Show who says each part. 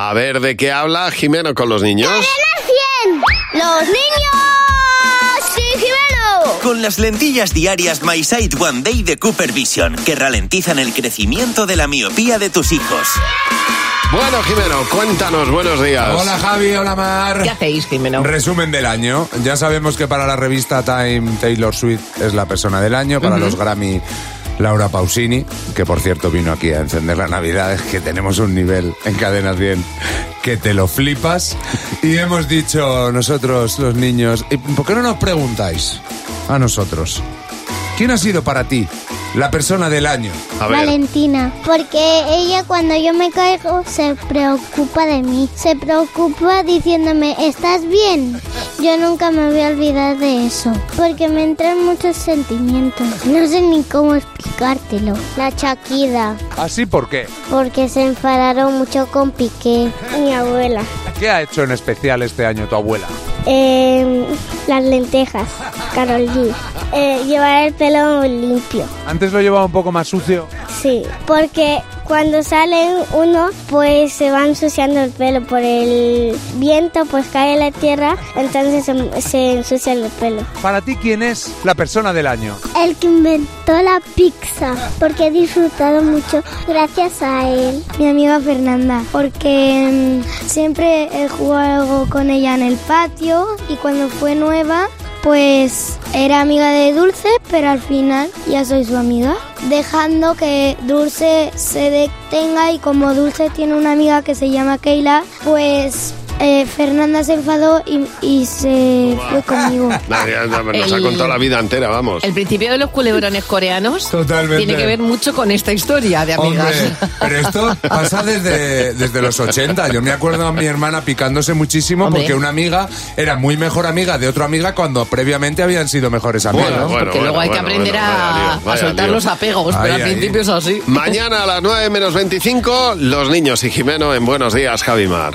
Speaker 1: A ver, ¿de qué habla Jimeno con los niños?
Speaker 2: ¡Cadena 100! ¡Los niños! ¡Sí, Jimeno!
Speaker 3: Con las lentillas diarias My Sight One Day de Cooper Vision, que ralentizan el crecimiento de la miopía de tus hijos.
Speaker 1: Bueno, Jimeno, cuéntanos, buenos días.
Speaker 4: Hola Javi, hola Mar.
Speaker 5: ¿Qué hacéis, Jimeno?
Speaker 4: Resumen del año. Ya sabemos que para la revista Time Taylor Swift es la persona del año, para los Grammy Laura Pausini, que por cierto vino aquí a encender la Navidad, es que tenemos un nivel en Cadena 100 que te lo flipas. Y hemos dicho nosotros, los niños, ¿y ¿por qué no nos preguntáis a nosotros? ¿Quién ha sido para ti la persona del año?
Speaker 1: A ver,
Speaker 2: Valentina, porque ella cuando yo me caigo se preocupa de mí. Se preocupa diciéndome, ¿estás bien? Yo nunca me voy a olvidar de eso, porque me entran muchos sentimientos. No sé ni cómo explicártelo. La Shakira,
Speaker 4: ¿Así por qué?
Speaker 2: porque se enfadaron mucho con Piqué. Mi abuela.
Speaker 4: ¿Qué ha hecho en especial este año tu abuela?
Speaker 2: Em, las lentejas, Carol G. Eh, llevar el pelo limpio.
Speaker 4: Antes lo llevaba un poco más sucio.
Speaker 2: Sí, porque cuando salen uno, pues se va ensuciando el pelo por el viento, pues cae la tierra, entonces se, se ensucia el pelo.
Speaker 4: Para ti, ¿quién es la persona del año?
Speaker 2: El que inventó la pizza, porque he disfrutado mucho gracias a él. Mi amiga Fernanda, porque mm, siempre he jugado con ella en el patio y cuando fue nueva, pues era amiga de Dulce, pero al final ya soy su amiga. Dejando que Dulce se detenga y como Dulce tiene una amiga que se llama Keila, pues... eh, Fernanda se enfadó y, y se fue conmigo.
Speaker 1: Nadia, nos ha
Speaker 5: El-
Speaker 1: contado la vida entera, vamos.
Speaker 5: El principio de los culebrones coreanos
Speaker 4: Totalmente.
Speaker 5: tiene que ver mucho con esta historia de amigas.
Speaker 4: Hombre, pero esto pasa desde, desde los 80. Yo me acuerdo a mi hermana picándose muchísimo
Speaker 5: Hombre.
Speaker 4: porque una amiga era muy mejor amiga de otra amiga cuando previamente habían sido mejores amigas.
Speaker 1: Bueno, bueno.
Speaker 5: Porque luego hay que
Speaker 1: bueno,
Speaker 5: aprender
Speaker 1: bueno,
Speaker 5: a,
Speaker 1: vaya lío,
Speaker 5: a
Speaker 1: vaya
Speaker 5: soltar
Speaker 1: lío.
Speaker 5: los apegos,
Speaker 4: Ahí,
Speaker 5: pero al
Speaker 4: ahí.
Speaker 5: principio es así.
Speaker 1: Mañana a las 9 menos 25, los niños y Jimeno en Buenos Días, Javimar.